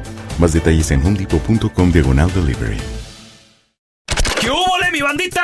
Más detalles en homedepot.com diagonal delivery. ¿Qué hubo, le, mi bandita?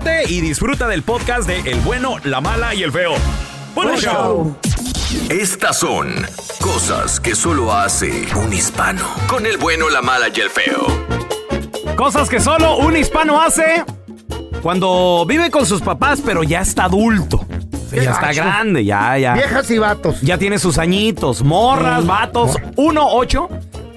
y disfruta del podcast de El bueno, la mala y el feo. ¡Buen show! Estas son cosas que solo hace un hispano. Con el bueno, la mala y el feo. Cosas que solo un hispano hace cuando vive con sus papás, pero ya está adulto. Sí, Qué ya está gacho. grande, ya, ya. Viejas y vatos. Ya tiene sus añitos, morras, Mm. vatos. 1 8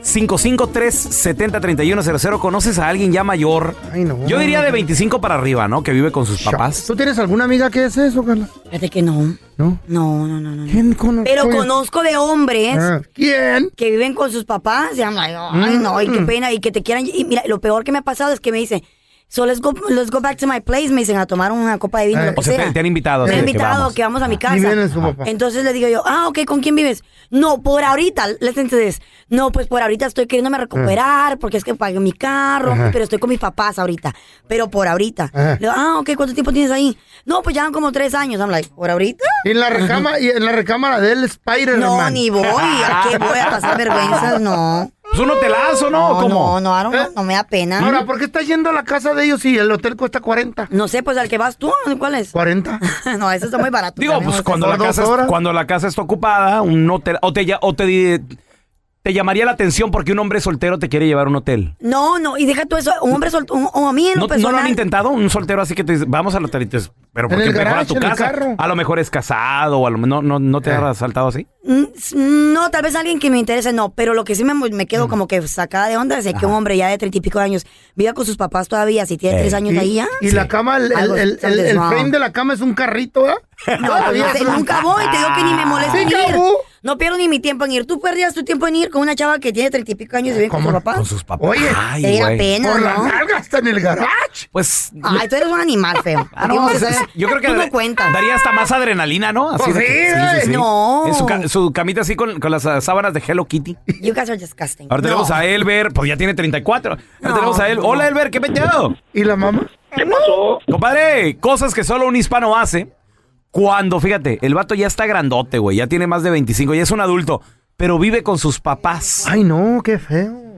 553 70 31 00. ¿Conoces a alguien ya mayor? Ay, no. Yo diría de 25 para arriba, ¿no? Que vive con sus papás. ¿Tú tienes alguna amiga que es eso, Carla? Fíjate que no. ¿No? No, no, no, no. no. ¿Quién conoce? Pero conozco de hombres Pues, Ah, ¿Quién? Mm, que viven con sus papás. Y I'm like, ay, no, y qué pena, y que te quieran. Y mira, lo peor que me ha pasado es que me dicen, so let's go, let's go back to my place. Me dicen a tomar una copa de vino. Eh. lo que O sea, te, sea. te han invitado. Me así han de que invitado vamos. que vamos a mi casa. Y viene su papá. Entonces le digo yo, ah, ok, ¿con quién vives? No, por ahorita, les entendés. No, pues por ahorita estoy queriéndome recuperar porque es que pagué mi carro, Ah. Ajá. pero estoy con mis papás ahorita. Pero por ahorita. Ajá. Le digo, ah, ok, ¿cuánto tiempo tienes ahí? No, pues ya van como tres años. I'm like, ¿por ahorita? Y en la recámara, y en la recámara del Spider-Man. No, ni voy. ¿A qué voy a pasar vergüenzas? No. Pues un hotelazo, ¿no? No, no, ¿Cómo? no, I don't know, no me da pena. ¿Eh? Ahora, ¿por qué estás yendo a la casa de ellos si el hotel cuesta 40? No sé, pues al que vas tú, ¿cuál es? ¿40? no, eso está muy barato. Digo, también, pues José. cuando por la, dos casa, es- horas. cuando la casa está ocupada, un hotel. O te, lla- o te, di- te llamaría la atención porque un hombre soltero te quiere llevar a un hotel. No, no, y deja tú eso, un hombre soltero, o a mí en lo ¿No, no lo han personal- intentado? Un soltero así que te dice, vamos al hotel y te dice, pero En porque el mejor a garage, tu en el casa. carro. A lo mejor es casado o a lo no, no, no te Eh. ha saltado así. Mm, s- No, tal vez alguien que me interese, no, pero lo que sí me, me Mm. quedo como que sacada de onda es de que un hombre ya de treinta y pico de años viva con sus papás todavía, si tiene Eh, tres años Y, de ahí ya. y la cama, el, el, el- el- el frame de la cama es un carrito, ¿ah? No, pues, no sé, nunca voy, te digo que ni me Ah. molesta en Sí, ir. cabrón. No pierdo ni mi tiempo en ir. Tú perdías tu tiempo en ir con una chava que tiene treinta y pico años y vive con ¿Cómo su no? papá. Con sus papás. Oye, Te diera güey. pena, Por la ¿no? nalga hasta en el garage. Pues. Ay, tú eres un animal feo. ah, no, Digo, pues, eso- yo creo que tú dar- no cuentas. daría hasta más adrenalina, ¿no? Pues de sí, que- güey. No. En su, ca- su camita así con, con las ah, sábanas de Hello Kitty. You guys are disgusting. Ahora tenemos a Elber, pues ya tiene 34. Ahora No. tenemos a él. Hola, Elber, ¿qué metido? ¿Y la mamá? Compadre, cosas que solo un hispano hace cuando, fíjate, el vato ya está grandote, güey, ya tiene más de 25, ya es un adulto, pero vive con sus papás. Ay, no, qué feo.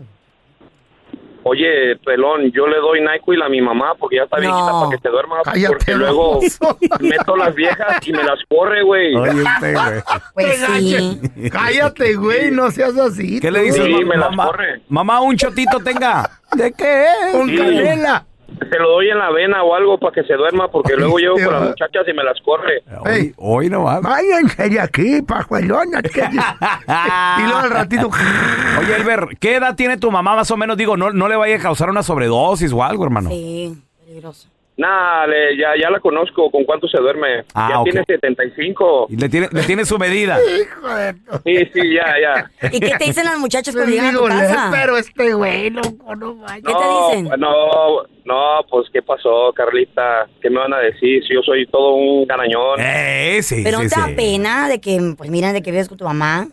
Oye, pelón, yo le doy NyQuil a mi mamá porque ya está bien No. para que se duerma. pues, Cállate, porque luego baboso. meto las viejas y me las corre, güey. Oye, usted, güey. Pues sí. Cállate, Cállate, güey, no seas así. ¿Qué le dices? Sí, me las mamá, corre. mamá, un chotito tenga. ¿De qué es? Con Sí. canela. Se lo doy en la vena o algo para que se duerma porque luego llego con las muchachas y me las corre. Eh, Hoy, hoy no va. Váyanse de aquí, pajuelonas. que- y luego al ratito. Oye, Elber, ¿qué edad tiene tu mamá más o menos? Digo, no, no le vaya a causar una sobredosis o algo, hermano. Sí, peligroso. Nah, le- ya, ya la conozco, ¿con cuánto se duerme? Ah, ya ok. tiene 75. Y le tiene, le tiene su medida. Hijo de tu- Sí, sí, ya, ya. ¿Y qué te dicen las muchachas cuando llegan a Bendigo, tu casa? pero este güey, loco, no manches. ¿Qué te No, pues, dicen? No, no, pues ¿qué pasó, Carlita? ¿Qué me van a decir si yo soy todo un garañón? Eh, sí, Pero sí, no te da sí. pena de que, pues mira, de que vives con tu mamá.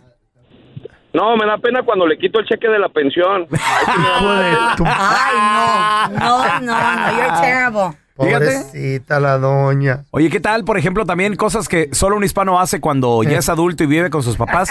No, me da pena cuando le quito el cheque de la pensión. Hijo de tu- Ay, no, no, no, no, you're terrible. Fíjate. Pobrecita la doña. Oye, ¿qué tal, por ejemplo, también cosas que solo un hispano hace cuando ya es adulto y vive con sus papás?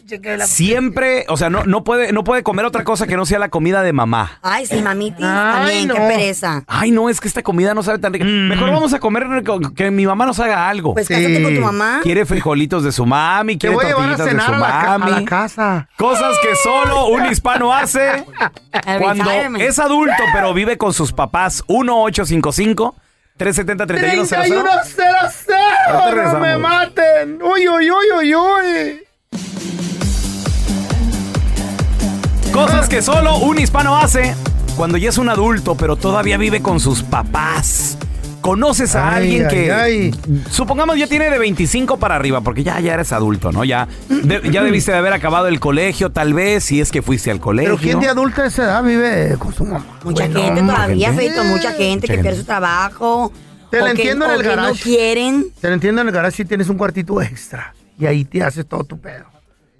Siempre, o sea, no, no, puede, no puede comer otra cosa que no sea la comida de mamá. Ay, sí, mamitis, Ay, también, no. qué pereza. Ay, no, es que esta comida no sabe tan rica. Mejor vamos a comer que- que mi mamá nos haga algo. Pues Sí. cásate con tu mamá. Quiere frijolitos de su mami, Te quiere voy a llevar a tortillitas de su cenar a la, ca- a la mami. casa. Cosas que solo un hispano hace Al cuando retirement. es adulto pero vive con sus papás. 1855 370 3100. 3100. Ahorita No me regresamos. maten. Uy, uy, uy, uy, uy. Cosas que solo un hispano hace cuando ya es un adulto pero todavía vive con sus papás. Conoces a Ay, alguien que ay, ay. supongamos ya tiene de 25 para arriba porque ya ya eres adulto, ¿no? Ya de- ya debiste de haber acabado el colegio tal vez si es que fuiste al colegio. Pero ¿quién de adulta de esa edad vive con su mamá? Mucha Bueno, gente mucha todavía, gente. Feito, mucha gente Mucha que gente. pierde su trabajo. Te la o que- entiendo en o el que no garage. quieren. Te lo entiendo en el garage si tienes un cuartito extra. Y ahí te haces todo tu pedo.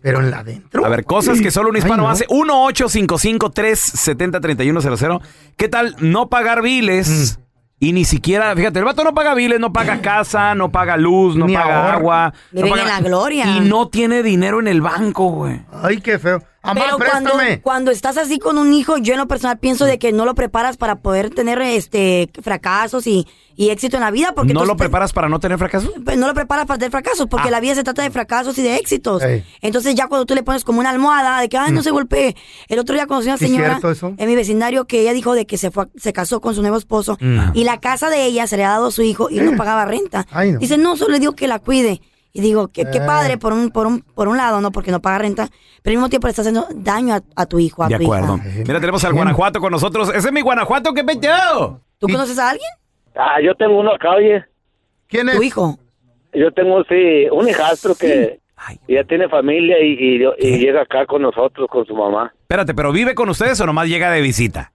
Pero en la adentro. A ver, cosas que solo un Ay, hispano no. hace. 1-855-370-3100. ¿Qué tal no pagar biles? Mm. Y ni siquiera, fíjate, el vato no paga biles, no paga casa, no paga luz, no Ni paga ahorra. agua. no Viven paga- en la gloria. Y no tiene dinero en el banco, güey. Ay, qué feo. Amá, Pero cuando, préstame. cuando estás así con un hijo, yo en lo personal pienso de que no lo preparas para poder tener este fracasos y, y éxito en la vida. Porque ¿No entonces lo te- preparas para no tener fracaso? pues, no lo preparas para tener fracasos, porque la vida se trata de fracasos y de éxitos. Ah. Ey. Entonces ya cuando tú le pones como una almohada de que, ay, no se golpee. El otro día conocí a una ¿Sí es señora cierto eso? en mi vecindario que ella dijo de que se fue, a- se casó con su nuevo esposo Mm. y la casa de ella se le ha dado a su hijo y no pagaba renta. Ah. Ay, no. Eh. Dice, no, solo le digo que la cuide. Y digo, que qué padre por un, por un, por un lado, ¿no? Porque no paga renta, pero al mismo tiempo le está haciendo daño a, a tu hijo, a De tu acuerdo. hija. Mira, tenemos al Guanajuato con nosotros. Ese es mi Guanajuato, qué peteo. ¿Tú conoces a alguien? Ah, yo tengo uno acá, oye. ¿Quién es? Tu hijo. Yo tengo, sí, un hijastro que Ay. ya tiene familia y, y- y llega acá con nosotros, con su mamá. Espérate, ¿pero vive con ustedes o nomás llega de visita?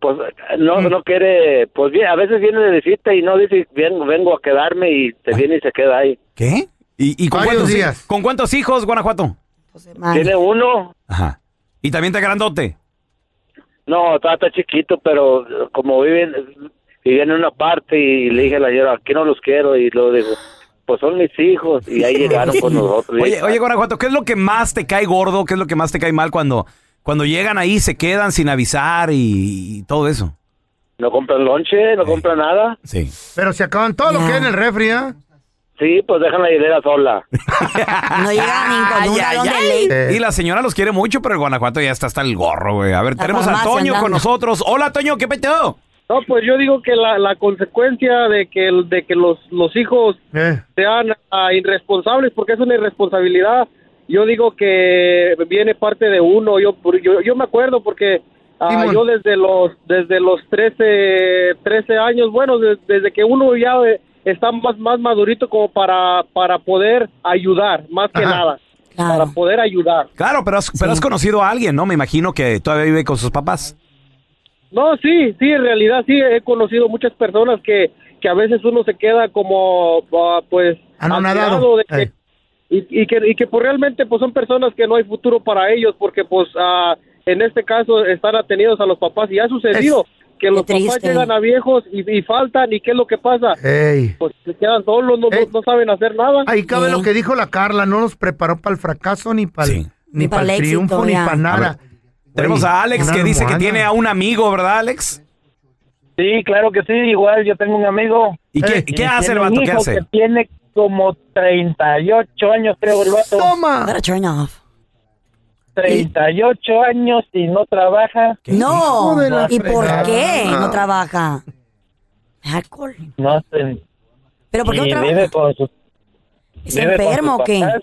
Pues no, no quiere, pues bien, a veces viene de visita y no dice, "Ven- vengo a quedarme y te viene y se queda ahí. ¿Qué? ¿Y, y con, Varios cuántos, hi- días. con cuántos hijos, Guanajuato? José Manuel. Tiene uno, Ajá. ¿Y también te grandote? no, está, está chiquito, pero como viven, viven en una parte y le dije a la señora, aquí no los quiero y luego digo, pues son mis hijos y ahí llegaron con nosotros. Oye, oye, Guanajuato, ¿qué es lo que más te cae gordo? ¿Qué es lo que más te cae mal cuando, cuando llegan ahí, se quedan sin avisar y, y todo eso? no compran lonche, no compran nada. Sí. Pero se acaban todo lo Ya. que hay en el refri, ¿ah? Sí, pues dejan la hilera sola. No llega ni con un galón de leche. Eh. Y la señora los quiere mucho, pero el Guanajuato ya está hasta el gorro, güey. A ver, La tenemos a farmacia Toño con andando. nosotros. Hola, Toño, ¿qué peteo? No, pues yo digo que la, la consecuencia de que, el- de que los, los hijos Eh. sean ah, irresponsables, porque es una irresponsabilidad, yo digo que viene parte de uno. Yo, yo, yo me acuerdo porque ah, Simón. yo desde los, desde los 13, 13 años, bueno, de- desde que uno ya eh, está más, más madurito como para, para poder ayudar, más que Ajá. nada, Claro. para poder ayudar. Claro, pero has, pero has conocido a alguien, ¿no? Me imagino que todavía vive con sus papás. No, sí, sí, en realidad sí, he conocido muchas personas que, que a veces uno se queda como, ah, pues, Anonadado. admirado de que- Eh. y, y que, y que pues, realmente pues son personas que no hay futuro para ellos porque pues ah, en este caso están atenidos a los papás y ha sucedido que los papás triste. llegan a viejos y, y faltan y qué es lo que pasa, Ey. pues se quedan solos, no, no- Eh. no saben hacer nada. Ahí cabe Sí. lo que dijo la Carla, no nos preparó para el fracaso ni para Oh. Sí. ni Ni para pa'l el éxito, triunfo ni ya. A para nada. Tenemos Güey, a Alex una que dice que almohada. tiene a un amigo, ¿verdad, Alex? Sí, claro que sí, igual yo tengo un amigo ¿Y qué, Eh, qué hace el vato? ¿Qué hace? tiene como 38 años creo el Toma. Better turn off. 38 años y no trabaja. No. Hijo de la ¿Y por fregada. qué no trabaja? Alcohol. No sé. ¿Pero por qué no Y trabaja? vive con sus- ¿Es vive con enfermo sus o qué? papás.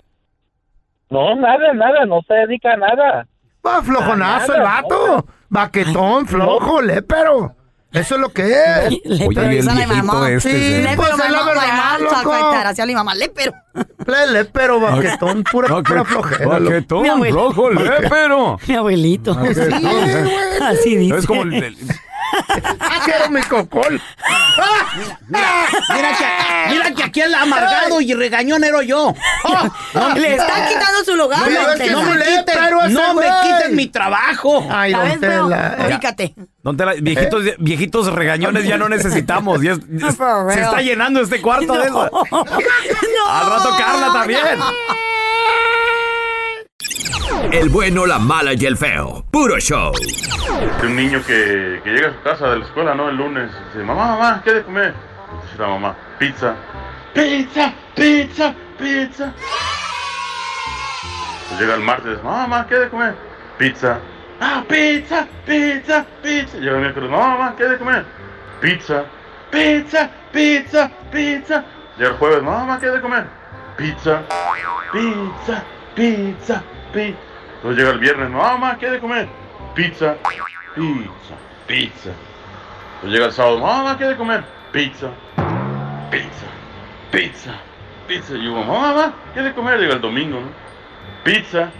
No, nada, nada, no se dedica a nada. Va flojonazo Ah, el nada, vato. Baquetón, flojo, lépero. Eso es lo que es. Lépero, bien esa la viejito mamá. este, sí. Lépero, Pues es la mamá, verdad, mamá, loco. chacuetera, hacía mi mamá, lépero. Le- Lépero, baquetón, pura, pura flojera. loco. Baquetón, Mi abuelo. flojo, lépero. Mi abuelito. Baquetón, ¿eh? Así dice. Es como el- el- Ah, Quiero mi cocol. Mira, mira que, mira que aquí el amargado y regañón ero yo. Oh, no, Ah. Le están quitando su lugar. no don me- Tela. no me Lépero ese quiten, no me güey. quiten mi trabajo. Ay, ¿Sabes, don pero? Tela. eh. Ubícate. Don Tela, viejitos, ¿Eh? viejitos regañones ya no necesitamos. ya es- for se real. está llenando este cuarto de eso. Al rato Carla también. El bueno, la mala y el feo. Puro show. Que un niño que, que llega a su casa de la escuela, ¿no? El lunes, dice, mamá, mamá, ¿qué hay de comer? Dice la mamá, pizza. Pizza, pizza, pizza. Pues llega el martes, mamá, mamá, ¿qué hay de comer? Pizza. Ah, pizza, pizza, pizza. Llega el miércoles, mamá, mamá, ¿qué hay de comer? Pizza. Pizza, pizza, pizza. Llega el jueves, mamá, mamá, ¿qué hay de comer? Pizza. Pizza, pizza, pizza. Entonces llega el viernes, mamá, mamá, ¿qué hay de comer? Pizza, pizza, pizza. Entonces llega el sábado, mamá, mamá, ¿qué hay de comer? Pizza, pizza, pizza, pizza. Y yo, mamá, mamá, ¿qué hay de comer? Llega el domingo, ¿no? Pizza,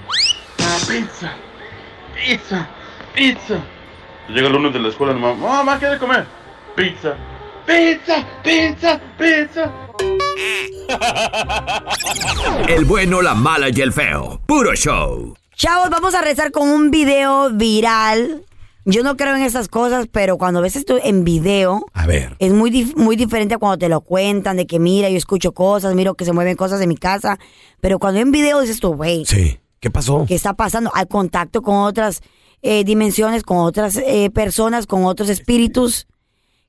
pizza, pizza, pizza. Entonces llega el lunes de la escuela, mamá, mamá, mamá, ¿qué hay de comer? Pizza, pizza, pizza, pizza. El bueno, la mala y el feo. Puro show. Chavos, vamos a rezar con un video viral. Yo no creo en esas cosas, pero cuando ves esto en video, A ver. es muy, dif- muy diferente a cuando te lo cuentan, de que mira, yo escucho cosas, miro que se mueven cosas en mi casa. Pero cuando en video dices tú, güey, Sí. ¿Qué pasó? ¿qué está pasando? Al contacto con otras eh, dimensiones, con otras eh, personas, con otros espíritus.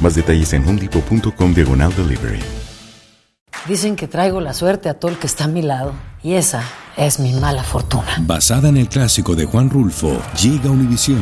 Más detalles en homedepot.com diagonal delivery. Dicen que traigo la suerte a todo el que está a mi lado. Y esa es mi mala fortuna. Basada en el clásico de Juan Rulfo, llega Univisión,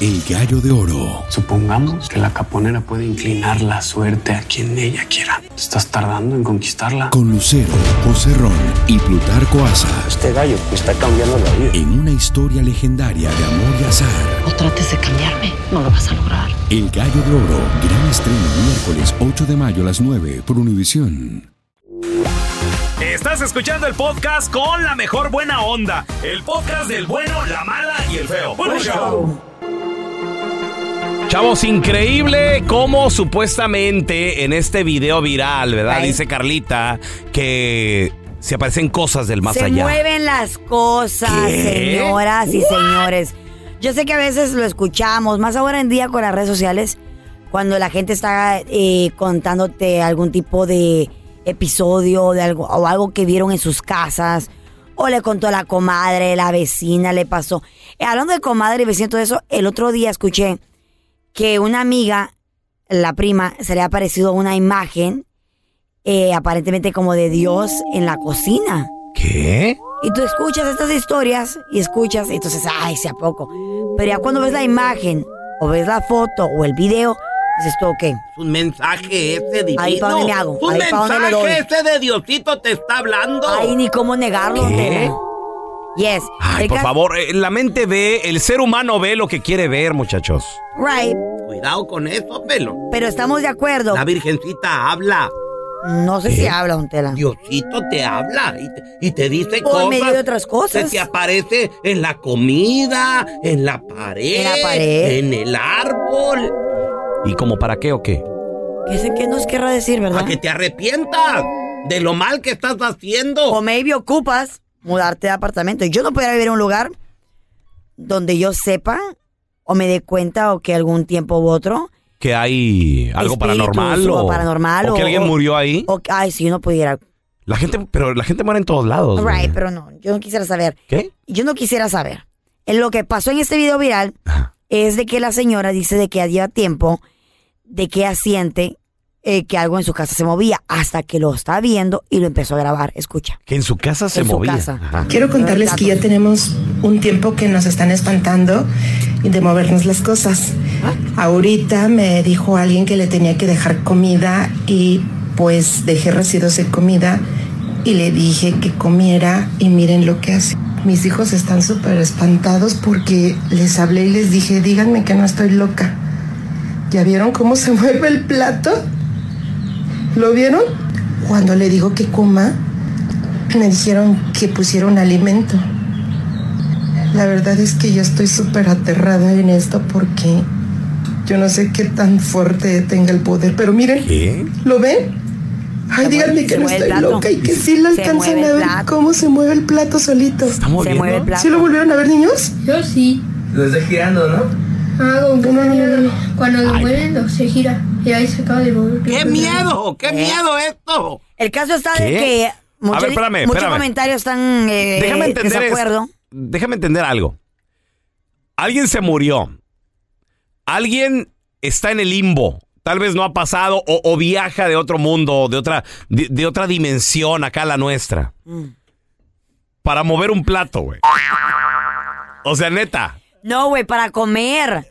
El Gallo de Oro. Supongamos que la caponera puede inclinar la suerte a quien ella quiera. ¿Te estás tardando en conquistarla? Con Lucero, José Ron y Plutarco Asa. Este gallo está cambiando la vida. En una historia legendaria de amor y azar. No trates de cambiarme, no lo vas a lograr. El Gallo de Oro. Gran estreno miércoles 8 de mayo a las 9 por Univisión. Estás escuchando el podcast con la mejor buena onda. El podcast del bueno, la mala y el feo. Puro show. Chavos, increíble cómo supuestamente en este video viral, ¿verdad? Ay. Dice Carlita que se aparecen cosas del más se allá. mueven las cosas, ¿Qué? señoras y señores. Yo sé que a veces lo escuchamos, más ahora en día con las redes sociales, cuando la gente está eh, contándote algún tipo de episodio de algo, o algo que vieron en sus casas, o le contó la comadre, la vecina, le pasó. Eh, hablando de comadre y vecino, todo eso, el otro día escuché que una amiga, la prima, se le ha aparecido una imagen eh, aparentemente como de Dios en la cocina. ¿Eh? ¿Qué? Y tú escuchas estas historias y escuchas, y entonces, ay, sea poco. Pero ya cuando ves la imagen, o ves la foto, o el video, dices tú, ok. Un mensaje ese divino. Ahí pa' dónde le hago, Este Un ahí pa' dónde le mensaje este doy. ese de Diosito te está hablando. Ay, ni cómo negarlo. ¿Qué? Tela. Yes. Ay, El por caso- favor, eh, la mente ve, el ser humano ve lo que quiere ver, muchachos. Right. Cuidado con eso, pelo. Pero estamos de acuerdo. La virgencita habla. No sé si habla, don Tela. Diosito te habla y te, y te dice Por cosas. medio de otras cosas. Se te aparece en la comida, en la pared, En la pared. en el árbol. ¿Y como para qué o qué? ¿Qué, sé- qué nos querrá decir, verdad? Que te arrepientas de lo mal que estás haciendo. O maybe ocupas mudarte de apartamento. Yo no podría vivir en un lugar donde yo sepa o me dé cuenta o que algún tiempo u otro. ¿Que hay algo espíritus paranormal o, paranormal o que alguien murió ahí? o que- ay, si yo no pudiera. La gente, pero la gente muere en todos lados. Pues, güey. Right, pero no, yo no quisiera saber. ¿Qué? Yo no quisiera saber. Eh, Lo que pasó en este video viral es de que la señora dice de que lleva tiempo de que ella siente eh, que algo en su casa se movía hasta que lo está viendo y lo empezó a grabar. Escucha. Que en su casa se En su movía. casa. Ajá. Quiero contarles que ya tenemos un tiempo que nos están espantando de movernos las cosas. Ahorita me dijo alguien que le tenía que dejar comida y pues dejé residuos de comida y le dije que comiera y miren lo que hace. Mis hijos están súper espantados porque les hablé y les dije, díganme que no estoy loca. ¿Ya vieron cómo se mueve el plato? ¿Lo vieron? Cuando le digo que coma, me dijeron que pusiera un alimento. La verdad es que yo estoy súper aterrada en esto porque yo no sé qué tan fuerte tenga el poder, pero miren, ¿lo ven? Ay, díganme que no mueve el estoy plato. loca y que sí lo Se alcanzan mueve a el ver plato. cómo se mueve el plato solito. ¿Está Se mueve el plato. ¿Sí lo volvieron a ver, niños? Yo sí. Lo está girando, ¿no? Ah, no, no, no, no, no. Cuando lo mueven, lo- se gira. Y ahí se acaba de mover. ¡Qué miedo! ¡Qué Eh. miedo esto! El caso está de ¿Qué? que A muchos, ver, espérame, muchos espérame. comentarios están eh, Déjame entender es- desacuerdo. Déjame entender algo. Alguien se murió. Alguien está en el limbo. Tal vez no ha pasado o, o viaja de otro mundo, de otra, de, de otra dimensión acá a la nuestra. Mm. Para mover un plato, güey. O sea, neta. No, güey, para comer.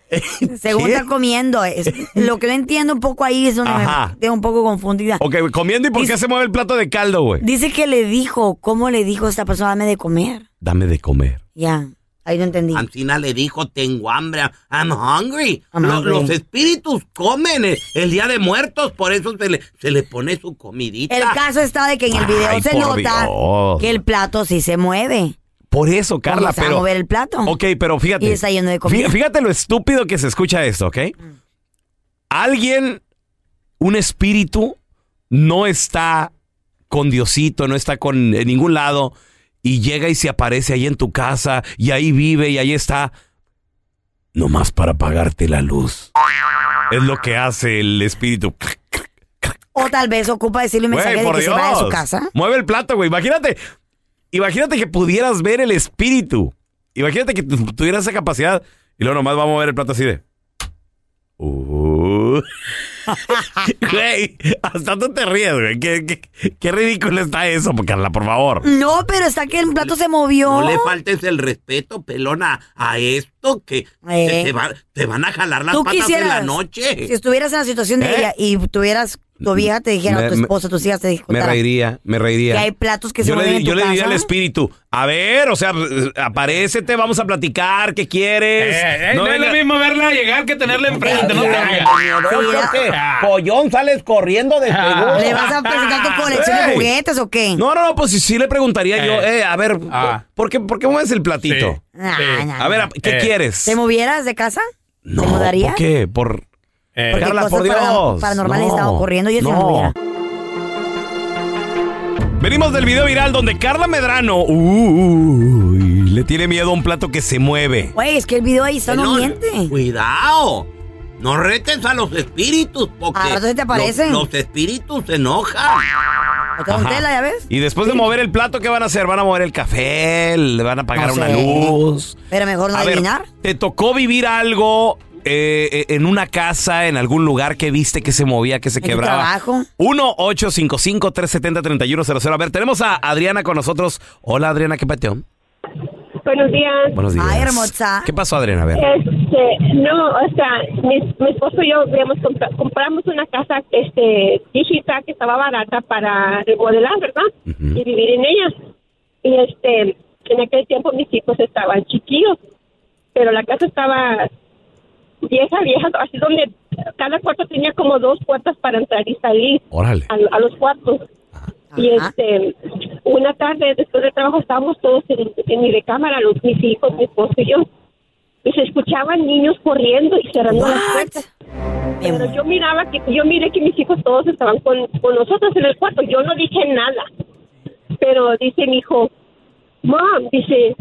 Según ¿Qué? está comiendo. Es- lo que no entiendo un poco ahí es donde Ajá. me tengo un poco confundida. Ok, güey, comiendo y por qué se mueve el plato de caldo, güey. Dice que le dijo, ¿cómo le dijo esta persona dame de comer? Dame de comer. Ya, ahí no entendí. Antina le dijo, tengo hambre, I'm hungry. I'm Lo- hungry. Los espíritus comen el, el día de muertos, por eso se le, se le pone su comidita. El caso está de que en el video Ay, se por nota Dios. que el plato sí se mueve. Por eso, ¿Cómo Carla, se va a pero. mover el plato? Ok, pero fíjate. Y está lleno de comida. Fí- Fíjate lo estúpido que se escucha esto, ¿ok? Alguien, un espíritu, no está con Diosito, no está con en ningún lado, y llega y se aparece ahí en tu casa, y ahí vive, y ahí está. Nomás para apagarte la luz. Es lo que hace el espíritu. O tal vez ocupa decirle un Güey, mensaje de por que se vaya de su Dios. casa. Mueve el plato, güey. Imagínate. Imagínate que pudieras ver el espíritu. Imagínate que tu- tuvieras esa capacidad y luego nomás va a mover el plato así de. Uh. Güey, hasta tú te ríes, güey. ¿Qué, qué- qué ridículo está eso, Carla, por favor. No, pero está que el plato se movió. No le faltes el respeto, pelona, a esto que Eh. te, te va- te van a jalar las Tú patas en la quisieras, noche. Si estuvieras en la situación de ¿Eh? ella y tuvieras tu vieja te dijera, Me- tu me- esposa, tus hijas te Me dijeran reiría, me reiría. que hay platos que se yo le, mueven di- en tu yo le diría casa. al espíritu, a ver, o sea, aparécete, vamos a platicar, ¿qué quieres? Eh, eh, no es lo mismo verla llegar que tenerla enfrente, Ya, Jorge, Ah. Pollón, sales corriendo de seguro. ¿Le vas a presentar tu colección de Ey. juguetes o qué? No, no, no, pues sí, sí le preguntaría yo, Eh. eh, a ver, Ah. ¿por, qué, ¿por qué mueves el platito? Nah, nah, A ver, nah. ¿a- ¿qué quieres? ¿Te movieras de casa? No, ¿Te mudarías? ¿Por qué? Por... Porque Eh, Carla, por cosas Dios. para- paranormales no, están ocurriendo y eso no. no. hubiera. Venimos del video viral donde Carla Medrano uy, le tiene miedo a un plato que se mueve. Güey, es que el video ahí está, no Pelón, miente. Cuidado. No retes a los espíritus, porque Al rato se te lo- aparecen. Los, espíritus se enojan. Otra Ajá. tela, ¿ya ves? Y después de mover el plato, ¿qué van a hacer? ¿Van a mover el café? ¿Le van a apagar No una sé. luz? Pero mejor no A ver, adivinar. ¿te tocó vivir algo eh, eh, en una casa, en algún lugar que viste que se movía, que se tu quebraba? trabajo. 1-855-370-3100. A ver, tenemos a Adriana con nosotros. Hola, Adriana, ¿qué pateó? Buenos días. Buenos días. Ay, Ah. hermosa. ¿Qué pasó, Adriana? A ver. Este, no, o sea, mi, mi esposo y yo digamos, compra- compramos una casa este, digital que estaba barata para remodelar, ¿verdad? Y vivir en ella. Y este, en aquel tiempo mis hijos estaban chiquillos, pero la casa estaba vieja, vieja, así donde cada cuarto tenía como dos puertas para entrar y salir Órale. a, a los cuartos. Y este, una tarde después de trabajo estábamos todos en, en mi recámara, los, mis hijos, mi esposo y yo, y se escuchaban niños corriendo y cerrando las puertas. Pero yo miraba que, yo miré que mis hijos todos estaban con, con nosotros en el cuarto, yo no dije nada. Pero dice mi hijo, mom, dice,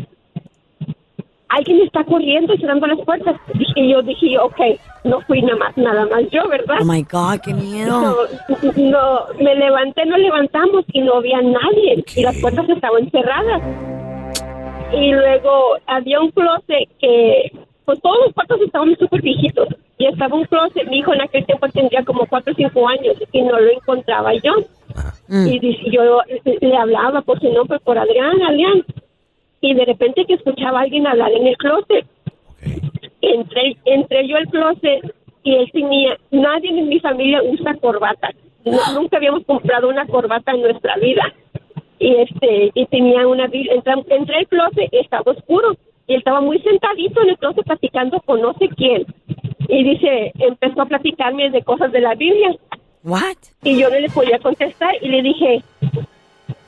alguien está corriendo y cerrando las puertas. Y yo dije, ok, no fui nada más, nada más yo, ¿verdad? Oh my God, qué miedo. No, no, me levanté, nos levantamos y no había nadie. Y las puertas estaban cerradas. Y luego había un closet que, pues todos los cuartos estaban súper viejitos. Y estaba un closet, mi hijo en aquel tiempo tendría como 4 o 5 años y no lo encontraba yo. Y dice- yo le hablaba por su nombre, por Adrián, Adrián y de repente que escuchaba a alguien hablar en el closet. Entré, entré yo al closet y él tenía, nadie en mi familia usa corbata. No- nunca habíamos comprado una corbata en nuestra vida. Y este, y tenía una bi- entra- entré, al closet y estaba oscuro. Y él estaba muy sentadito en el closet platicando con no sé quién. Y dice, empezó a platicarme de cosas de la Biblia. What? Y yo no le podía contestar y le dije,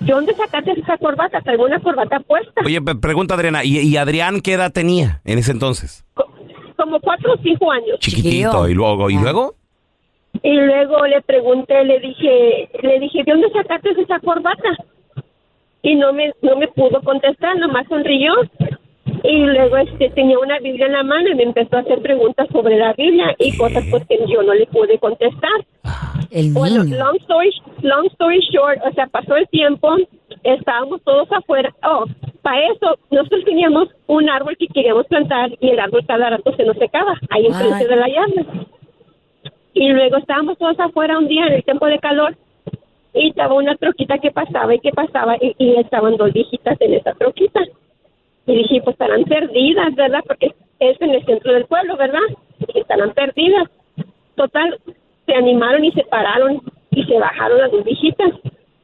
¿de dónde sacaste esa corbata? Traigo una corbata puesta. Oye, pe- pregunta Adriana, ¿y, y Adrián qué edad tenía en ese entonces? como cuatro o cinco años. Chiquitito. ¿Y luego? Ah. ¿Y luego? Y luego le pregunté, le dije, le dije, ¿de dónde sacaste esa corbata? Y no me, no me pudo contestar, nomás sonrió. Y luego este tenía una Biblia en la mano y me empezó a hacer preguntas sobre la Biblia y cosas pues que yo no le pude contestar. bueno, long story, long story short, o sea, pasó el tiempo, estábamos todos afuera. Oh, para eso nosotros teníamos un árbol que queríamos plantar y el árbol cada rato se nos secaba ahí enfrente Ay. de la llave. Y luego estábamos todos afuera un día en el tiempo de calor y estaba una troquita que pasaba y que pasaba y, y estaban dos viejitas en esa troquita. Y dije, pues estarán perdidas, ¿verdad? Porque es en el centro del pueblo, ¿verdad? Y estarán perdidas. Total, se animaron y se pararon y se bajaron las dos viejitas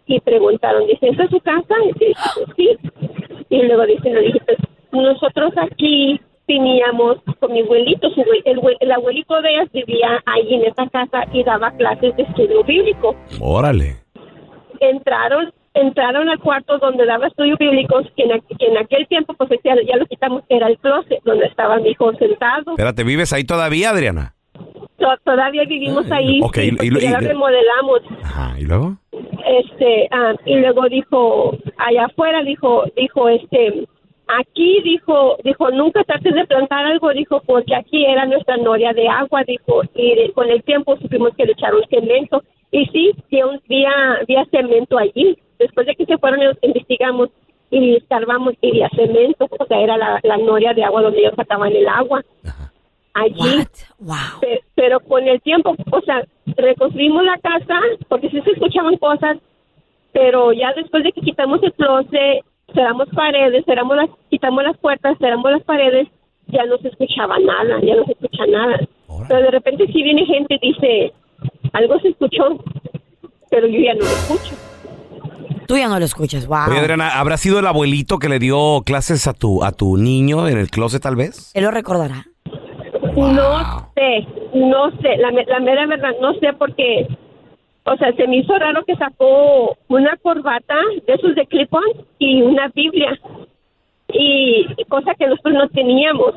y preguntaron, dice, ¿esa es su casa? Y dije, pues, sí. Y luego dicen, le dije, pues, nosotros aquí teníamos con mi abuelito, su abue- el, abue- el abuelito de ellas vivía ahí en esa casa y daba clases de estudio bíblico Órale. entraron entraron al cuarto donde daba estudios bíblicos que en, aqu- que en aquel tiempo pues ya, ya lo quitamos era el closet donde estaba mi hijo sentado Espérate, ¿vives ahí todavía, Adriana? To- todavía vivimos ahí Ah, ok, sí, y- y- porque y- ya y- remodelamos Ajá, ¿y luego? este ah, y luego dijo allá afuera dijo dijo este aquí dijo dijo nunca trates de plantar algo dijo porque aquí era nuestra noria de agua dijo y de- con el tiempo supimos que le echaron cemento y sí sí, un día había cemento allí después de que se fueron investigamos y escarbamos y había cemento o sea era la, la noria de agua donde ellos sacaban el agua allí. Pe- Pero, con el tiempo, o sea, reconstruimos la casa porque sí se escuchaban cosas, pero ya después de que quitamos el closet, cerramos paredes, cerramos las, quitamos las puertas, cerramos las paredes, ya no se escuchaba nada, ya no se escucha nada. Pero de repente sí viene gente y dice, algo se escuchó, pero yo ya no lo escucho. Tú ya no lo escuchas, wow. Oye, Adriana, ¿habrá sido el abuelito que le dio clases a tu, a tu niño en el closet, tal vez? Él lo recordará. No sé, no sé, la, me- la mera verdad, no sé porque, o sea, se me hizo raro que sacó una corbata de esos de clipón y una Biblia, y y cosa que nosotros no teníamos.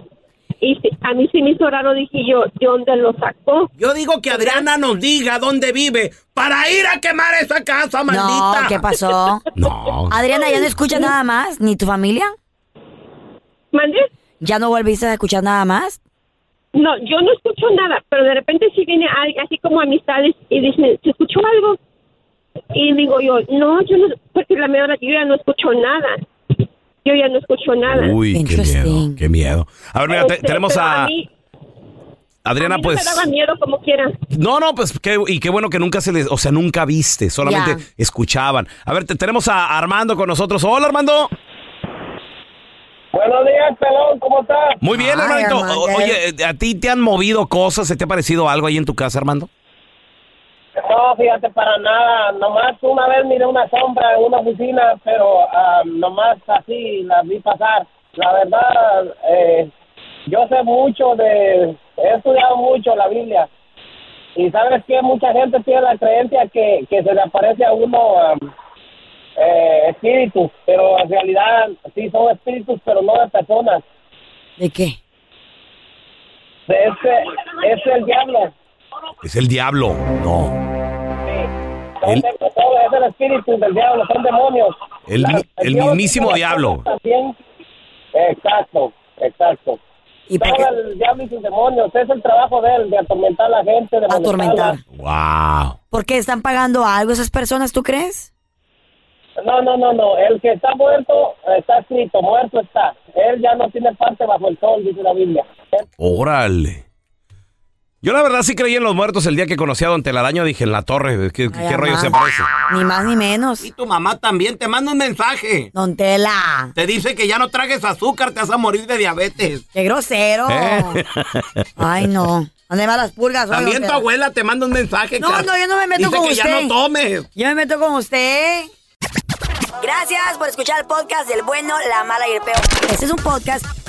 Y se- a mí se me hizo raro, dije yo, ¿de dónde lo sacó? Yo digo que Adriana nos diga dónde vive para ir a quemar esa casa, maldita. No, ¿qué pasó? No. Adriana, ¿ya no escuchas nada más? ¿Ni tu familia? ¿Mande? ¿Ya no volviste a escuchar nada más? No, yo no escucho nada, pero de repente sí viene alguien, así como amistades, y dicen, ¿se escuchó algo? Y digo yo, no, yo no, porque la mera yo ya no escucho nada. Yo ya no escucho nada. Uy, qué miedo, qué miedo. A ver, mira, te- Este, tenemos pero a... mí- Adriana, mí no pues... me daba miedo como quiera. No, no, pues qué, y qué bueno que nunca se les, o sea, nunca viste, solamente Ya. escuchaban. A ver, te, tenemos a Armando con nosotros. Hola, Armando. Buenos días, pelón, ¿cómo estás? Muy bien, Armando. O- Oye, ¿a ti te han movido cosas? ¿Se te ha parecido algo ahí en tu casa, Armando? No, fíjate, para nada. Nomás una vez miré una sombra en una oficina, pero ah, nomás así la vi pasar. La verdad, eh, yo sé mucho de... He estudiado mucho la Biblia. Y sabes que mucha gente tiene la creencia que, que se le aparece a uno ah, eh, espíritus, pero en realidad sí son espíritus, pero no de personas. ¿De qué? Ese es el diablo. Es el diablo. No. Son de- son- es el espíritu del diablo, son demonios. El, La- mi- el Dios mismísimo hizo las diablo. cosas bien. Exacto, exacto. ¿Y Todo el diablo y sus demonios, es el trabajo de él, de atormentar a la gente, de Atormentar. Wow. ¿Por qué están pagando algo esas personas, tú crees? No, no, no, no, el que está muerto está escrito, muerto está. Él ya no tiene parte bajo el sol, dice la Biblia. Órale. Yo la verdad sí creí en los muertos el día que conocí a Don Telaraño. Dije, en la torre, ¿qué, qué Ay, rollo mamá. se parece? Ni más ni menos. Y tu mamá también te manda un mensaje. Don Tela. Te dice que ya no tragues azúcar, te vas a morir de diabetes. ¡Qué grosero! ¿Eh? Ay, no. ¿Dónde van las purgas? oye, También don tu Tela? abuela te manda un mensaje. No, Car- no, yo no me meto dice con que usted. ya no tomes. Yo me meto con usted. Gracias por escuchar el podcast del bueno, la mala y el peor. Este es un podcast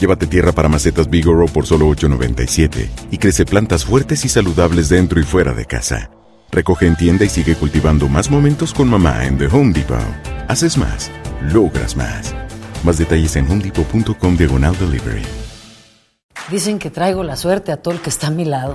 Llévate tierra para macetas Bigoro por solo $8.97 y crece plantas fuertes y saludables dentro y fuera de casa. Recoge en tienda y sigue cultivando más momentos con mamá en The Home Depot. Haces más, logras más. Más detalles en homedepot.com diagonal delivery. Dicen que traigo la suerte a todo el que está a mi lado.